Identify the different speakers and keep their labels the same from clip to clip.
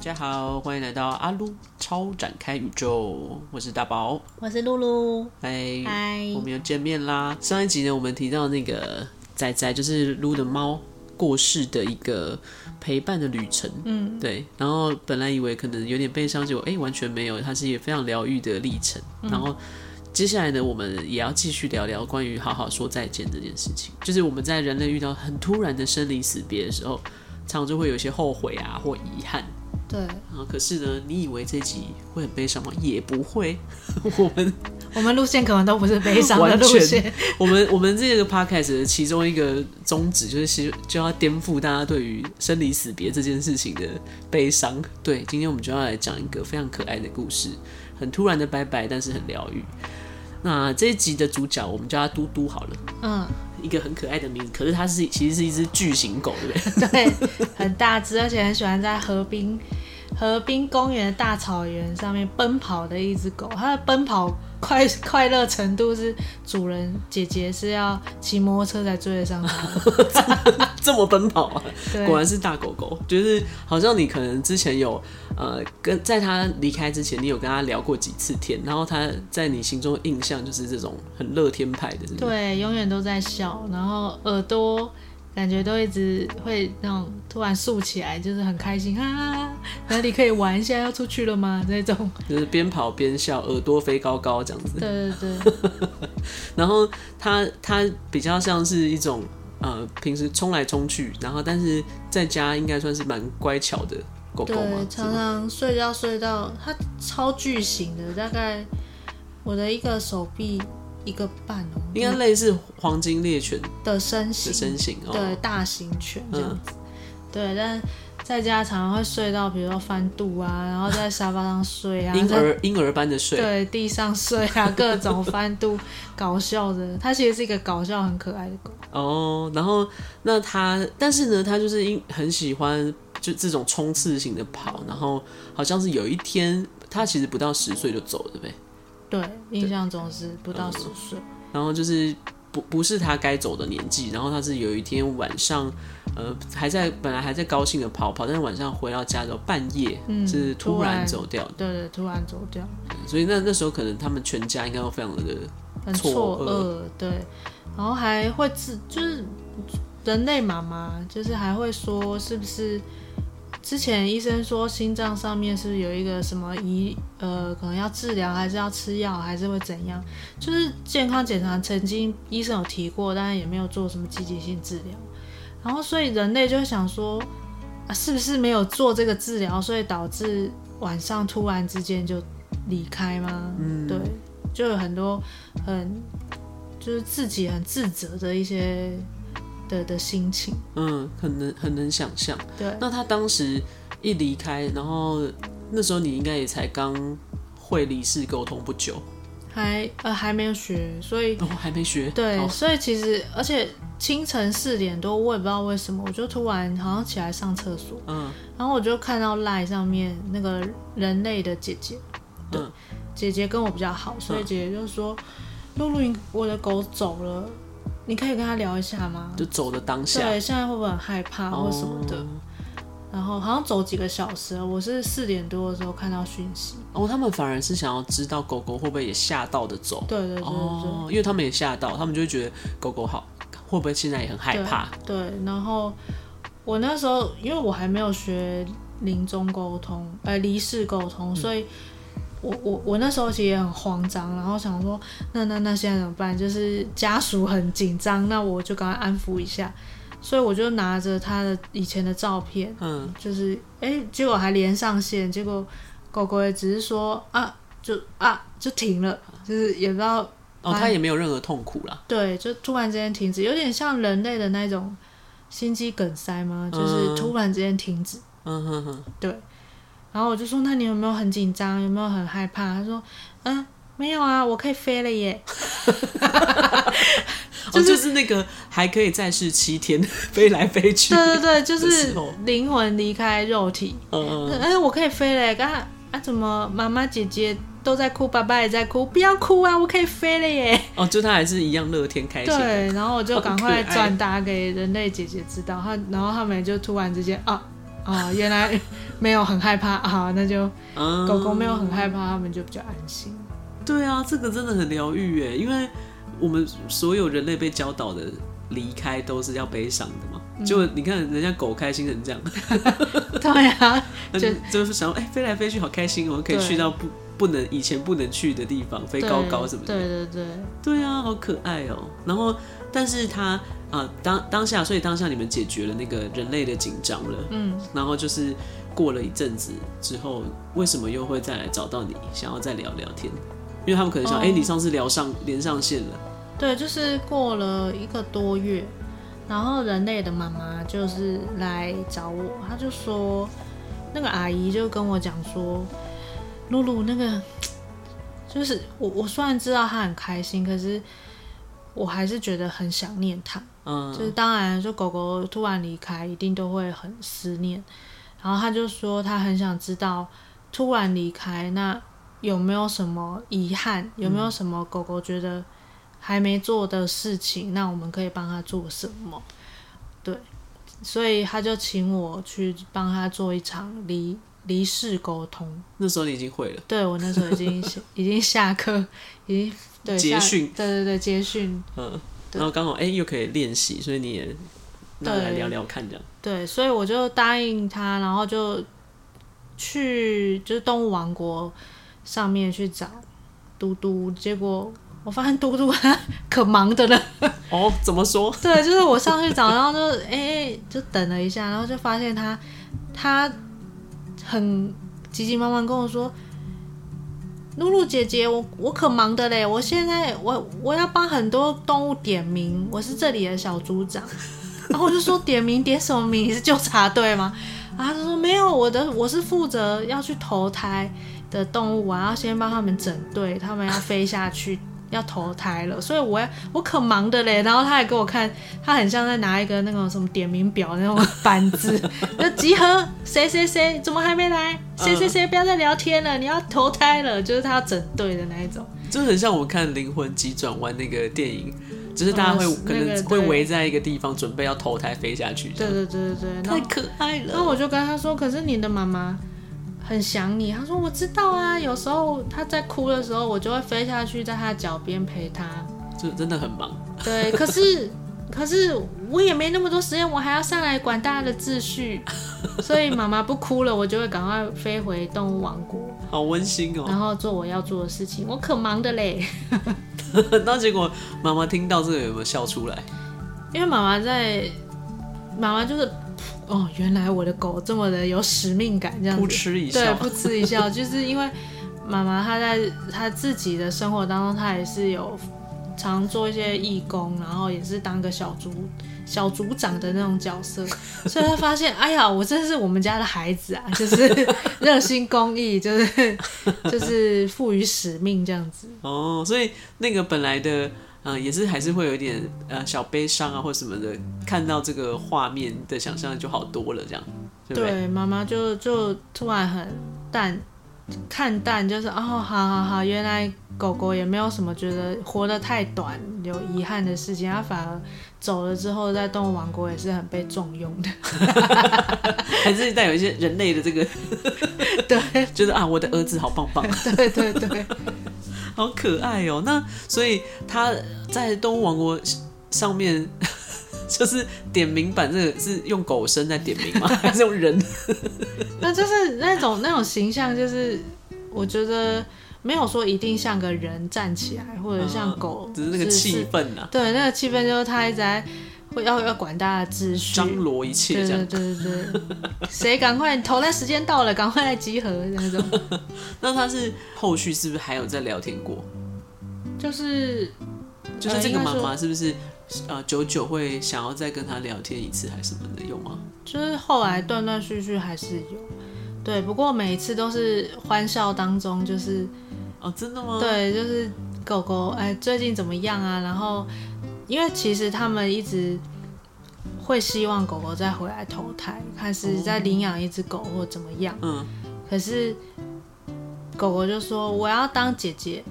Speaker 1: 家好，欢迎来到阿撸超展开宇宙，我是大宝，
Speaker 2: 我是露露，
Speaker 1: 嗨，
Speaker 2: 嗨
Speaker 1: 嗯我们又见面啦。上一集呢，我们提到那个仔仔就是撸的猫过世的一个陪伴的旅程，嗯，对。然后本来以为可能有点悲伤，结果哎、完全没有，它是一个非常疗愈的历程。然后接下来呢，我们也要继续聊聊关于好好说再见这件事情，就是我们在人类遇到很突然的生离死别的时候，常常就会有一些后悔啊或遗憾。
Speaker 2: 对，
Speaker 1: 啊，可是呢，你以为这集会很悲伤吗？也不会， 我们
Speaker 2: 我们路线可能都不是悲伤的
Speaker 1: 完
Speaker 2: 路
Speaker 1: 全
Speaker 2: 线，
Speaker 1: 我们我们这个 podcast 的其中一个宗旨就是希就要颠覆大家对于生离死别这件事情的悲伤。对，今天我们就要来讲一个非常可爱的故事，很突然的拜拜，但是很疗愈。那这一集的主角，我们叫他嘟嘟好了，
Speaker 2: 嗯，
Speaker 1: 一个很可爱的名字。可是它是其实是一只巨型狗，对不对？
Speaker 2: 对，很大只，而且很喜欢在河滨河滨公园的大草原上面奔跑的一只狗，它的奔跑快 快乐程度是主人姐姐是要骑摩托车才追得上 它的，
Speaker 1: 这么奔跑啊！
Speaker 2: 对，
Speaker 1: 果然是大狗狗，就是好像你可能之前有呃跟在他离开之前，你有跟他聊过几次天，然后他在你心中印象就是这种很乐天派的，是不是
Speaker 2: 对，永远都在笑，然后耳朵感觉都一直会那种突然竖起来，就是很开心啊，哪里可以玩一下？要出去了吗？那种，
Speaker 1: 就是边跑边笑，耳朵飞高高这样子。
Speaker 2: 对对对，
Speaker 1: 然后他他比较像是一种呃平时冲来冲去，然后但是在家应该算是蛮乖巧的狗狗嘛
Speaker 2: 对，，
Speaker 1: 是吗
Speaker 2: 常常睡觉睡到它超巨型的，大概我的一个手臂一个半哦
Speaker 1: 应该类似黄金猎犬
Speaker 2: 的身形嗯
Speaker 1: 的，身形哦。
Speaker 2: 对，大型犬这样子，对，但在家常常会睡到，比如说翻肚啊，然后在沙发上睡啊，
Speaker 1: 婴
Speaker 2: 在
Speaker 1: 儿婴儿般的睡，
Speaker 2: 对，地上睡啊，各种翻肚，搞笑的。它其实是一个搞笑、很可爱的狗。
Speaker 1: 哦，然后那他，但是呢，他就是因很喜欢就这种冲刺型的跑，然后好像是有一天他其实不到十岁就走了呗，
Speaker 2: 对，印象中是不到十岁。
Speaker 1: 然后就是不不是他该走的年纪，然后他是有一天晚上，呃，还在本来还在高兴的跑跑，但是晚上回到家之后半夜、
Speaker 2: 嗯
Speaker 1: 是突
Speaker 2: 突
Speaker 1: 然
Speaker 2: 然
Speaker 1: 走掉
Speaker 2: 对对，突然走掉，
Speaker 1: 的，所以那那时候可能他们全家应该都非常的
Speaker 2: 很
Speaker 1: 错
Speaker 2: 错愕。对，然后还会自就是人类妈妈，就是还会说是不是？之前医生说心脏上面是不是有一个什么疑呃，可能要治疗，还是要吃药，还是会怎样？就是健康检查曾经医生有提过，但是也没有做什么积极性治疗。然后所以人类就会想说，啊，是不是没有做这个治疗，所以导致晚上突然之间就离开吗？嗯，对，就有很多很就是自己很自责的一些的的心情。
Speaker 1: 嗯，很能很能想象。
Speaker 2: 对，
Speaker 1: 那他当时一离开，然后那时候你应该也才刚会离世沟通不久，
Speaker 2: 还呃还没有学，所以
Speaker 1: 哦，还没学。
Speaker 2: 对，
Speaker 1: 哦
Speaker 2: 所以其实而且清晨四点多，我也不知道为什么，我就突然好像起来上厕所，
Speaker 1: 嗯，
Speaker 2: 然后我就看到 line 上面那个人类的姐姐，对，
Speaker 1: 嗯
Speaker 2: 姐姐跟我比较好，所以
Speaker 1: 嗯
Speaker 2: 姐姐就说：“露露，你我的狗走了，你可以跟它聊一下吗
Speaker 1: 就走的当？”下，
Speaker 2: 对，现在会不会很害怕
Speaker 1: 啊哦
Speaker 2: 或什么的？然后好像走几个小时了，我是四点多的时候看到讯息，
Speaker 1: 哦，他们反而是想要知道狗狗会不会也吓到的走。
Speaker 2: 对对对对对。
Speaker 1: 哦，因为他们也吓到，他们就会觉得狗狗好会不会现在也很害怕？
Speaker 2: 对，然后我那时候因为我还没有学临终沟通，呃，离世沟
Speaker 1: 嗯
Speaker 2: 通，所以我我我那时候其实也很慌张，然后想说，那那那现在怎么办？就是家属很紧张，那我就赶快安抚一下，所以我就拿着他的以前的照片，
Speaker 1: 嗯，
Speaker 2: 就是哎、诶结果还连上线，结果狗狗也只是说啊，就啊就停了，就是也不知道
Speaker 1: 哦，
Speaker 2: 哎
Speaker 1: 它也没有任何痛苦啦。
Speaker 2: 对，就突然之间停止，有点像人类的那种心肌梗塞吗？就是
Speaker 1: 嗯
Speaker 2: 突然之间停止。
Speaker 1: 嗯哼哼，
Speaker 2: 然后我就说：“那你有没有很紧张？有没有很害怕？”他说：“嗯，没有啊，我可以飞 了耶。
Speaker 1: 哦，就是那个还可以再试七天， 飞来飞”去。
Speaker 2: 对对对，就
Speaker 1: 的时
Speaker 2: 是
Speaker 1: 候
Speaker 2: 灵魂离开肉体。
Speaker 1: 嗯，嗯，
Speaker 2: 嗯，哎我可以飞了耶。刚才啊，怎么妈妈姐姐都在哭，爸爸也在哭？不要哭啊，我可以飞了耶。
Speaker 1: 哦，就它还是一样乐天开心。
Speaker 2: 对，然后我就赶
Speaker 1: 好可
Speaker 2: 快
Speaker 1: 爱哦
Speaker 2: 转达给人类姐姐知道，她，然后他们就突然之间啊，啊、原来 没有很害怕啊，那就
Speaker 1: 嗯，
Speaker 2: 狗狗没有很害怕，它们就比较安心。
Speaker 1: 对啊，这个真的很疗愈哎，因为我们所有人类被教导的离开都是要悲伤的嘛。结果你看人家狗开心成这样，
Speaker 2: 对啊，
Speaker 1: 那就 就是想哎、飞来飞去好开心哦，可以
Speaker 2: 对
Speaker 1: 去到不不能以前不能去的地方，飞
Speaker 2: 对
Speaker 1: 高高什么的。
Speaker 2: 对对对，
Speaker 1: 对啊，好可爱哦、然后，但是他啊、呃当当下，所以当下你们解决了那个人类的紧张了，
Speaker 2: 嗯，
Speaker 1: 然后就是过了一阵子之后，为什么又会再来找到你，想要再聊聊天？因为他们可能想，
Speaker 2: 哦
Speaker 1: 哎、你上次聊上连上线了，
Speaker 2: 对，就是过了一个多月，然后人类的妈妈就是来找我，她就说，那个阿姨就跟我讲说，露露那个，就是我我虽然知道她很开心，可是我还是觉得很想念她。
Speaker 1: 嗯，
Speaker 2: 就是当然，就狗狗突然离开，一定都会很思念。然后他就说，他很想知道突然离开，那有没有什么遗憾？有没有
Speaker 1: 嗯
Speaker 2: 什么狗狗觉得还没做的事情？那我们可以帮他做什么？对，所以他就请我去帮他做一场离离世沟通。
Speaker 1: 那时候你已经会了，
Speaker 2: 对我那时候已经 已经下课，已经对
Speaker 1: 结
Speaker 2: 下
Speaker 1: 训
Speaker 2: 对对对，接训
Speaker 1: 嗯，
Speaker 2: 对
Speaker 1: 然后刚好哎、又可以练习，所以你也那
Speaker 2: 对
Speaker 1: 来聊聊看这样，
Speaker 2: 对，所以我就答应他，然后就去就是动物王国上面去找嘟嘟，结果我发现嘟嘟他可忙的了。
Speaker 1: 哦，怎么说？
Speaker 2: 对，就是我上去找，然后就哎、哎就等了一下，然后就发现他他很急急忙忙跟我说：“露露姐姐，我我可忙的嘞，我现在我我要帮很多动物点名，我是这里的小组长。”然后我就说：“点名点什么名？你是纠察队吗？”然后他就说：“没有，我的我是负责要去投胎的动物，我啊要先帮他们整队，他们要飞下去。”要投胎了，所以我要我可忙的嘞。然后他还给我看，他很像在拿一个那种什么点名表那种板子， 就集合谁谁谁怎么还没来，谁谁谁不要再聊天了，你要投胎了，就是他要整队的那一种。
Speaker 1: 就很像我看《灵魂急转弯》那个电影，只是大家会、
Speaker 2: 哦
Speaker 1: 可
Speaker 2: 那个
Speaker 1: 能会
Speaker 2: 对
Speaker 1: 围在一个地方，准备要投胎飞下去这
Speaker 2: 对
Speaker 1: 样，
Speaker 2: 对对对对，然
Speaker 1: 太
Speaker 2: 后
Speaker 1: 可爱了。
Speaker 2: 然后我就跟他说，可是你的妈妈很想你。他说我知道啊，有时候她在哭的时候，我就会飞下去，在她脚边陪她。
Speaker 1: 就真的很忙，
Speaker 2: 对，可是可是我也没那么多时间，我还要上来管大家的秩序，所以妈妈不哭了，我就会赶快飞回动物王国，
Speaker 1: 好温馨哦、
Speaker 2: 然后做我要做的事情。我可忙的嘞，
Speaker 1: 那结果妈妈听到这个有没有笑出来？
Speaker 2: 因为妈妈在，妈妈就是。哦，原来我的狗这么的有使命感，这样子
Speaker 1: 噗嗤一
Speaker 2: 对，
Speaker 1: 笑，
Speaker 2: 噗嗤一笑， 就是因为妈妈她在她自己的生活当中，她也是有常做一些义工，然后也是当个小组小组长的那种角色，所以她发现，哎呀，我真是我们家的孩子啊，就是 热心公益，就是 就是赋予使命这样子。
Speaker 1: 哦，所以那个本来的，呃，也是还是会有一点呃小悲伤啊或什么的，看到这个画面的想象就好多了，这样对不对？
Speaker 2: 对，妈妈就就突然很淡看淡，就是哦，好好好，原来狗狗也没有什么觉得活得太短有遗憾的事情，它反而走了之后，在动物王国也是很被重用的。
Speaker 1: 还是带有一些人类的这个，
Speaker 2: 对，
Speaker 1: 觉得啊，我的儿子好棒棒，
Speaker 2: 对对对，
Speaker 1: 好可爱哦、那所以他在动物王国上面。 就是点名版，这个是用狗声在点名吗？ 还是用人？
Speaker 2: 那就是那种那种形象，就是我觉得没有说一定像个人站起来，或者像狗，
Speaker 1: 嗯只是那个气氛啊，
Speaker 2: 对，那个气氛就是它一直在会要要管大家的秩序，
Speaker 1: 张罗一切
Speaker 2: 对
Speaker 1: 这样
Speaker 2: 对。对对对， 谁赶快投篮时间到了，赶快来集合那种。
Speaker 1: 那他是后续是不是还有在聊天过？
Speaker 2: 就是
Speaker 1: 就是这个妈
Speaker 2: 应
Speaker 1: 妈是不是呃久久会想要再跟他聊天一次，还是什么的？有吗？
Speaker 2: 就是后来断断续续还是有，对，不过每一次都是欢笑当中，就是
Speaker 1: 哦，真的吗？，
Speaker 2: 对，就是狗狗哎最近怎么样啊？然后因为其实他们一直会希望狗狗再回来投胎，看是再领养一只狗或怎么样。
Speaker 1: 嗯，
Speaker 2: 可是狗狗就说我要当姐姐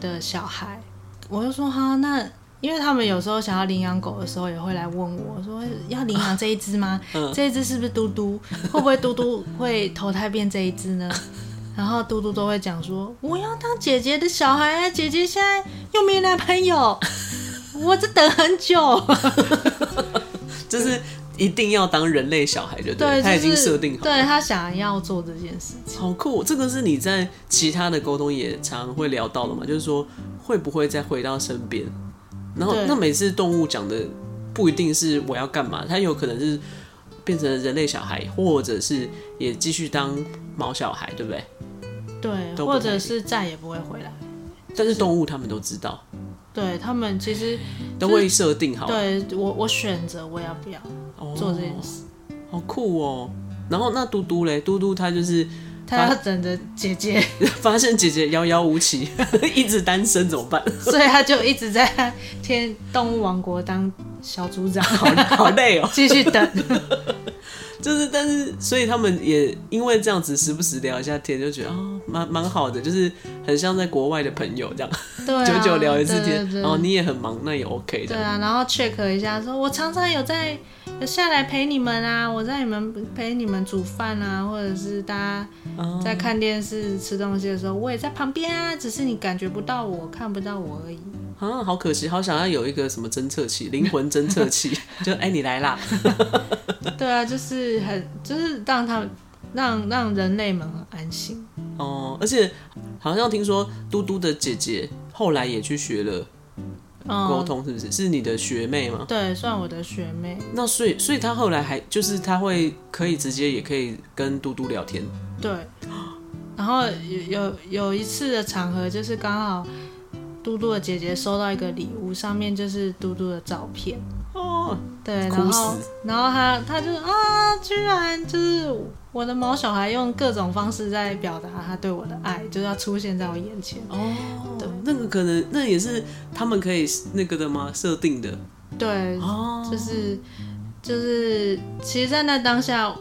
Speaker 2: 的小孩，我就说哈，那因为他们有时候想要领养狗的时候，也会来问我说要领养这一只吗？
Speaker 1: 嗯
Speaker 2: 这一只是不是嘟嘟？会不会嘟嘟会投胎变这一只呢？然后嘟嘟都会讲说我要当姐姐的小孩啊，姐姐现在又没男朋友， 我这等 很久。
Speaker 1: 就是一定要当人类小孩就对了，
Speaker 2: 对，
Speaker 1: 他已经
Speaker 2: 就是
Speaker 1: 设定好了。
Speaker 2: 对他想要做这件事情。
Speaker 1: 好酷！哦这个是你在其他的沟通也常会聊到的嘛，就是说会不会再回到身边？然后
Speaker 2: 对
Speaker 1: 那每次动物讲的不一定是我要干嘛，它有可能是变成人类小孩，或者是也继续当毛小孩，对不对？
Speaker 2: 对，
Speaker 1: 都不太
Speaker 2: 或
Speaker 1: 一
Speaker 2: 者
Speaker 1: 定
Speaker 2: 是再也不会回来。
Speaker 1: 但是动物他们都知道，
Speaker 2: 对他们其实
Speaker 1: 都会设定好
Speaker 2: 对我我选择我要不要做这件
Speaker 1: 哦，
Speaker 2: 事，
Speaker 1: 好酷哦！然后那嘟嘟嘞，嘟嘟它就是
Speaker 2: 他要等着姐姐，
Speaker 1: 发现姐姐遥遥无期， 一直单身怎么办？
Speaker 2: 所以他就一直在天动物王国当小 组长，
Speaker 1: 好好累哦。
Speaker 2: 继续等。
Speaker 1: 就是，但是，所以他们也因为这样子，时不时聊一下天，就觉得哦，蛮蛮好的，就是很像在国外的朋友这样，
Speaker 2: 对、啊，
Speaker 1: 久久聊一次天
Speaker 2: 对。对啊
Speaker 1: 然后
Speaker 2: 对
Speaker 1: 你也很忙，那也 OK
Speaker 2: 对
Speaker 1: 的。
Speaker 2: 啊，然后 check 一下，说我常常有在有下来陪你们啊，我在你们陪你们煮饭啊，或者是大家
Speaker 1: 哦
Speaker 2: 在看电视吃东西的时候，我也在旁边啊，只是你感觉不到我，看不到我而已。
Speaker 1: 啊，好可惜，好想要有一个什么侦测器，灵魂侦测 器，就哎、你来啦，
Speaker 2: 对啊，就是很就是让他们让让人类们很安心。
Speaker 1: 哦，而且好像听说嘟嘟的姐姐后来也去学了
Speaker 2: 嗯，
Speaker 1: 沟通，是不是？是你的学妹吗？
Speaker 2: 对，算我的学妹。
Speaker 1: 那所以，所以她后来还就是她会可以直接也可以跟嘟嘟聊天，
Speaker 2: 对，然后有有有一次的场合，就是刚好嘟嘟的姐姐收到一个礼物，上面就是嘟嘟的照片。
Speaker 1: 哦，
Speaker 2: 对，
Speaker 1: 哭
Speaker 2: 然后
Speaker 1: 死
Speaker 2: 然后他他就啊，居然就是我的毛小孩用各种方式在表达他对我的爱，就是要出现在我眼前。
Speaker 1: 哦，那个可能那也是他们可以那个的吗？设定的
Speaker 2: 对，
Speaker 1: 哦，
Speaker 2: 就是就是，其实，在那当下，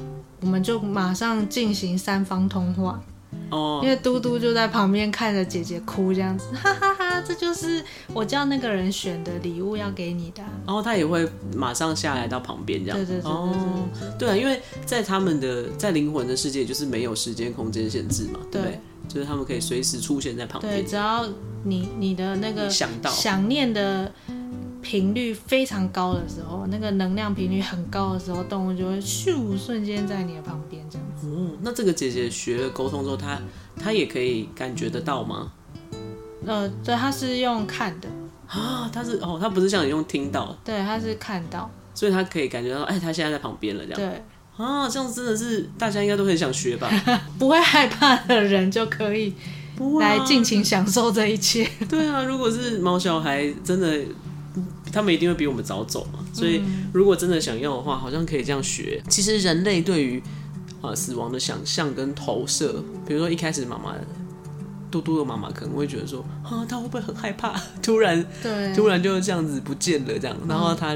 Speaker 2: 我们就马上进行三方通话，
Speaker 1: 哦
Speaker 2: 因为嘟嘟就在旁边看着姐姐哭这样子，哈哈哈这就是我叫那个人选的礼物要给你的啊、
Speaker 1: 然后他也会马上下来到旁边这样，
Speaker 2: 对对对对
Speaker 1: 哦，
Speaker 2: 对
Speaker 1: 对啊，因为在他们的在灵魂的世界就是没有时间空间限制嘛，对不对
Speaker 2: 对，
Speaker 1: 就是他们可以随时出现在旁
Speaker 2: 对，
Speaker 1: 边，
Speaker 2: 只要你你的那个
Speaker 1: 想到
Speaker 2: 想念的频率非常高的时候，那个能量频率很高的时候，动物就会咻瞬间在你的旁边这样子。
Speaker 1: 哦，那这个姐姐学了沟通之后，她她也可以感觉得到吗？
Speaker 2: 呃，对，它是用看的，
Speaker 1: 啊，她是哦，她不是像你用听到，
Speaker 2: 对，它是看到，
Speaker 1: 所以她可以感觉到，哎，她现在在旁边了这样。
Speaker 2: 对。
Speaker 1: 啊，这样真的是大家应该都很想学 吧？
Speaker 2: 不会害怕的人就可以
Speaker 1: 不会啊
Speaker 2: 来尽情享受这一切。
Speaker 1: 对啊，如果是毛小孩，真的嗯他们一定会比我们早走嘛。所以如果真的想要的话，好像可以这样学。其实人类对于呃死亡的想象跟投射，比如说一开始妈妈嘟嘟的妈妈可能会觉得说啊，他会不会很害怕？ 突然
Speaker 2: 对，啊
Speaker 1: 突然就这样子不见了，这样，然后他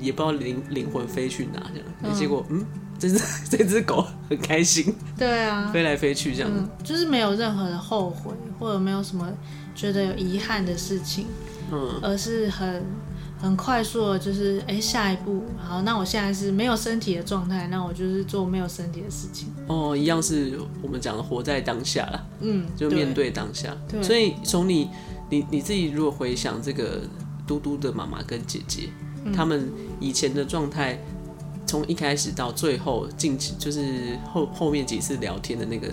Speaker 1: 也不知道灵灵魂飞去哪，这样，结果嗯。这只 这只狗很开心，
Speaker 2: 对啊，
Speaker 1: 飞来飞去这样。
Speaker 2: 嗯，就是没有任何的后悔，或者没有什么觉得有遗憾的事情，
Speaker 1: 嗯，
Speaker 2: 而是很很快速的，就是哎、诶下一步，好，那我现在是没有身体的状态，那我就是做没有身体的事情。
Speaker 1: 哦，一样是我们讲的活在当下啦。
Speaker 2: 嗯，
Speaker 1: 就面对当下。
Speaker 2: 对
Speaker 1: 所以从你你你自己如果回想这个嘟嘟的妈妈跟姐姐，
Speaker 2: 嗯
Speaker 1: 他们以前的状态，从一开始到最后近期就是后后面几次聊天的那个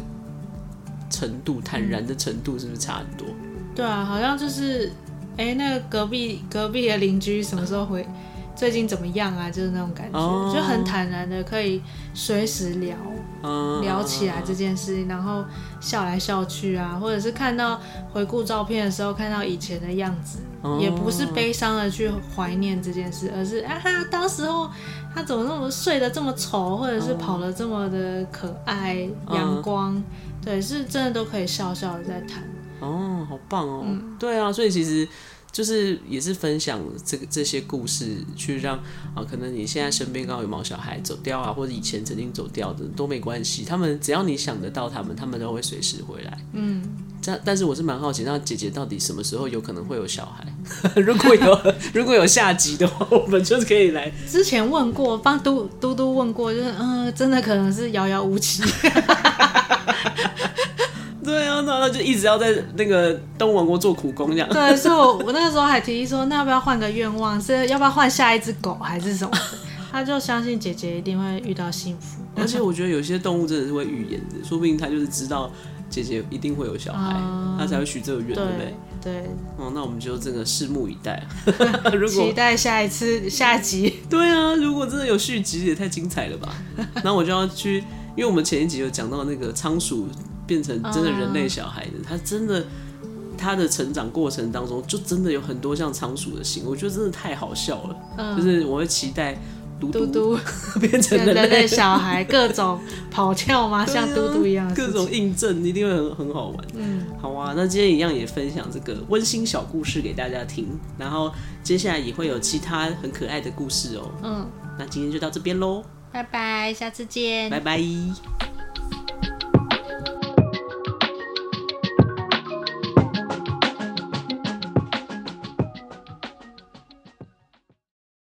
Speaker 1: 程度，坦然的程度是不是差很多？
Speaker 2: 对啊，好像就是哎、诶那个隔壁隔壁的邻居什么时候回？最近怎么样啊？就是那种感觉
Speaker 1: 哦
Speaker 2: 就很坦然的可以随时聊。
Speaker 1: 嗯，
Speaker 2: 聊起来这件事情，然后笑来笑去啊，或者是看到回顾照片的时候，看到以前的样子，
Speaker 1: 哦
Speaker 2: 也不是悲伤的去怀念这件事，而是啊哈，当时候他怎么那么睡得这么丑，或者是跑得这么的可爱、
Speaker 1: 嗯
Speaker 2: 阳光，对，是真的都可以笑笑的在谈。
Speaker 1: 哦，好棒哦！对啊，所以其实就是也是分享这个这些故事，去让啊，可能你现在身边刚好有毛小孩走掉啊，或者以前曾经走掉的都没关系，他们只要你想得到他们，他们都会随时回来。嗯，但但是我是蛮好奇，那姐姐到底什么时候有可能会有小孩？如果有 如果有下集的话，我们就是可以来
Speaker 2: 之前问过，帮嘟嘟嘟问过，就是嗯、呃真的可能是遥遥无期。
Speaker 1: 对啊，那那就一直要在那个动物王国做苦工这样。
Speaker 2: 对，所以我我那个时候还提议说，那要不要换个愿望？是要不要换下一只狗还是什么的？他就相信姐姐一定会遇到幸福。
Speaker 1: 而且我觉得有些动物真的是会预言的，说不定它就是知道姐姐一定会有小孩，
Speaker 2: 啊
Speaker 1: 它、才会许这个愿，对不对
Speaker 2: 对？对，
Speaker 1: 哦，那我们就这个拭目以待。如
Speaker 2: 期
Speaker 1: 果
Speaker 2: 待下一次 下集。
Speaker 1: 对啊，如果真的有续集，也太精彩了吧！那我就要去，因为我们前一集有讲到那个仓鼠变成真的人类小孩的，它真的它的成长过程当中，就真的有很多像仓鼠的行为，我觉得真的太好笑了。
Speaker 2: 嗯
Speaker 1: 就是我会期待嘟
Speaker 2: 嘟嘟
Speaker 1: 变成
Speaker 2: 人
Speaker 1: 人
Speaker 2: 类
Speaker 1: 类
Speaker 2: 小孩各种跑跳吗？
Speaker 1: 对啊
Speaker 2: 像嘟嘟一样的事
Speaker 1: 各
Speaker 2: 情，
Speaker 1: 种印证，一定会很很好玩。嗯，好啊，那今天一样也分享这个温馨小故事给大家听，然后接下来也会有其他很可爱的故事哦。
Speaker 2: 嗯，
Speaker 1: 那今天就到这边喽，
Speaker 2: 拜拜，下次见。
Speaker 1: 拜拜。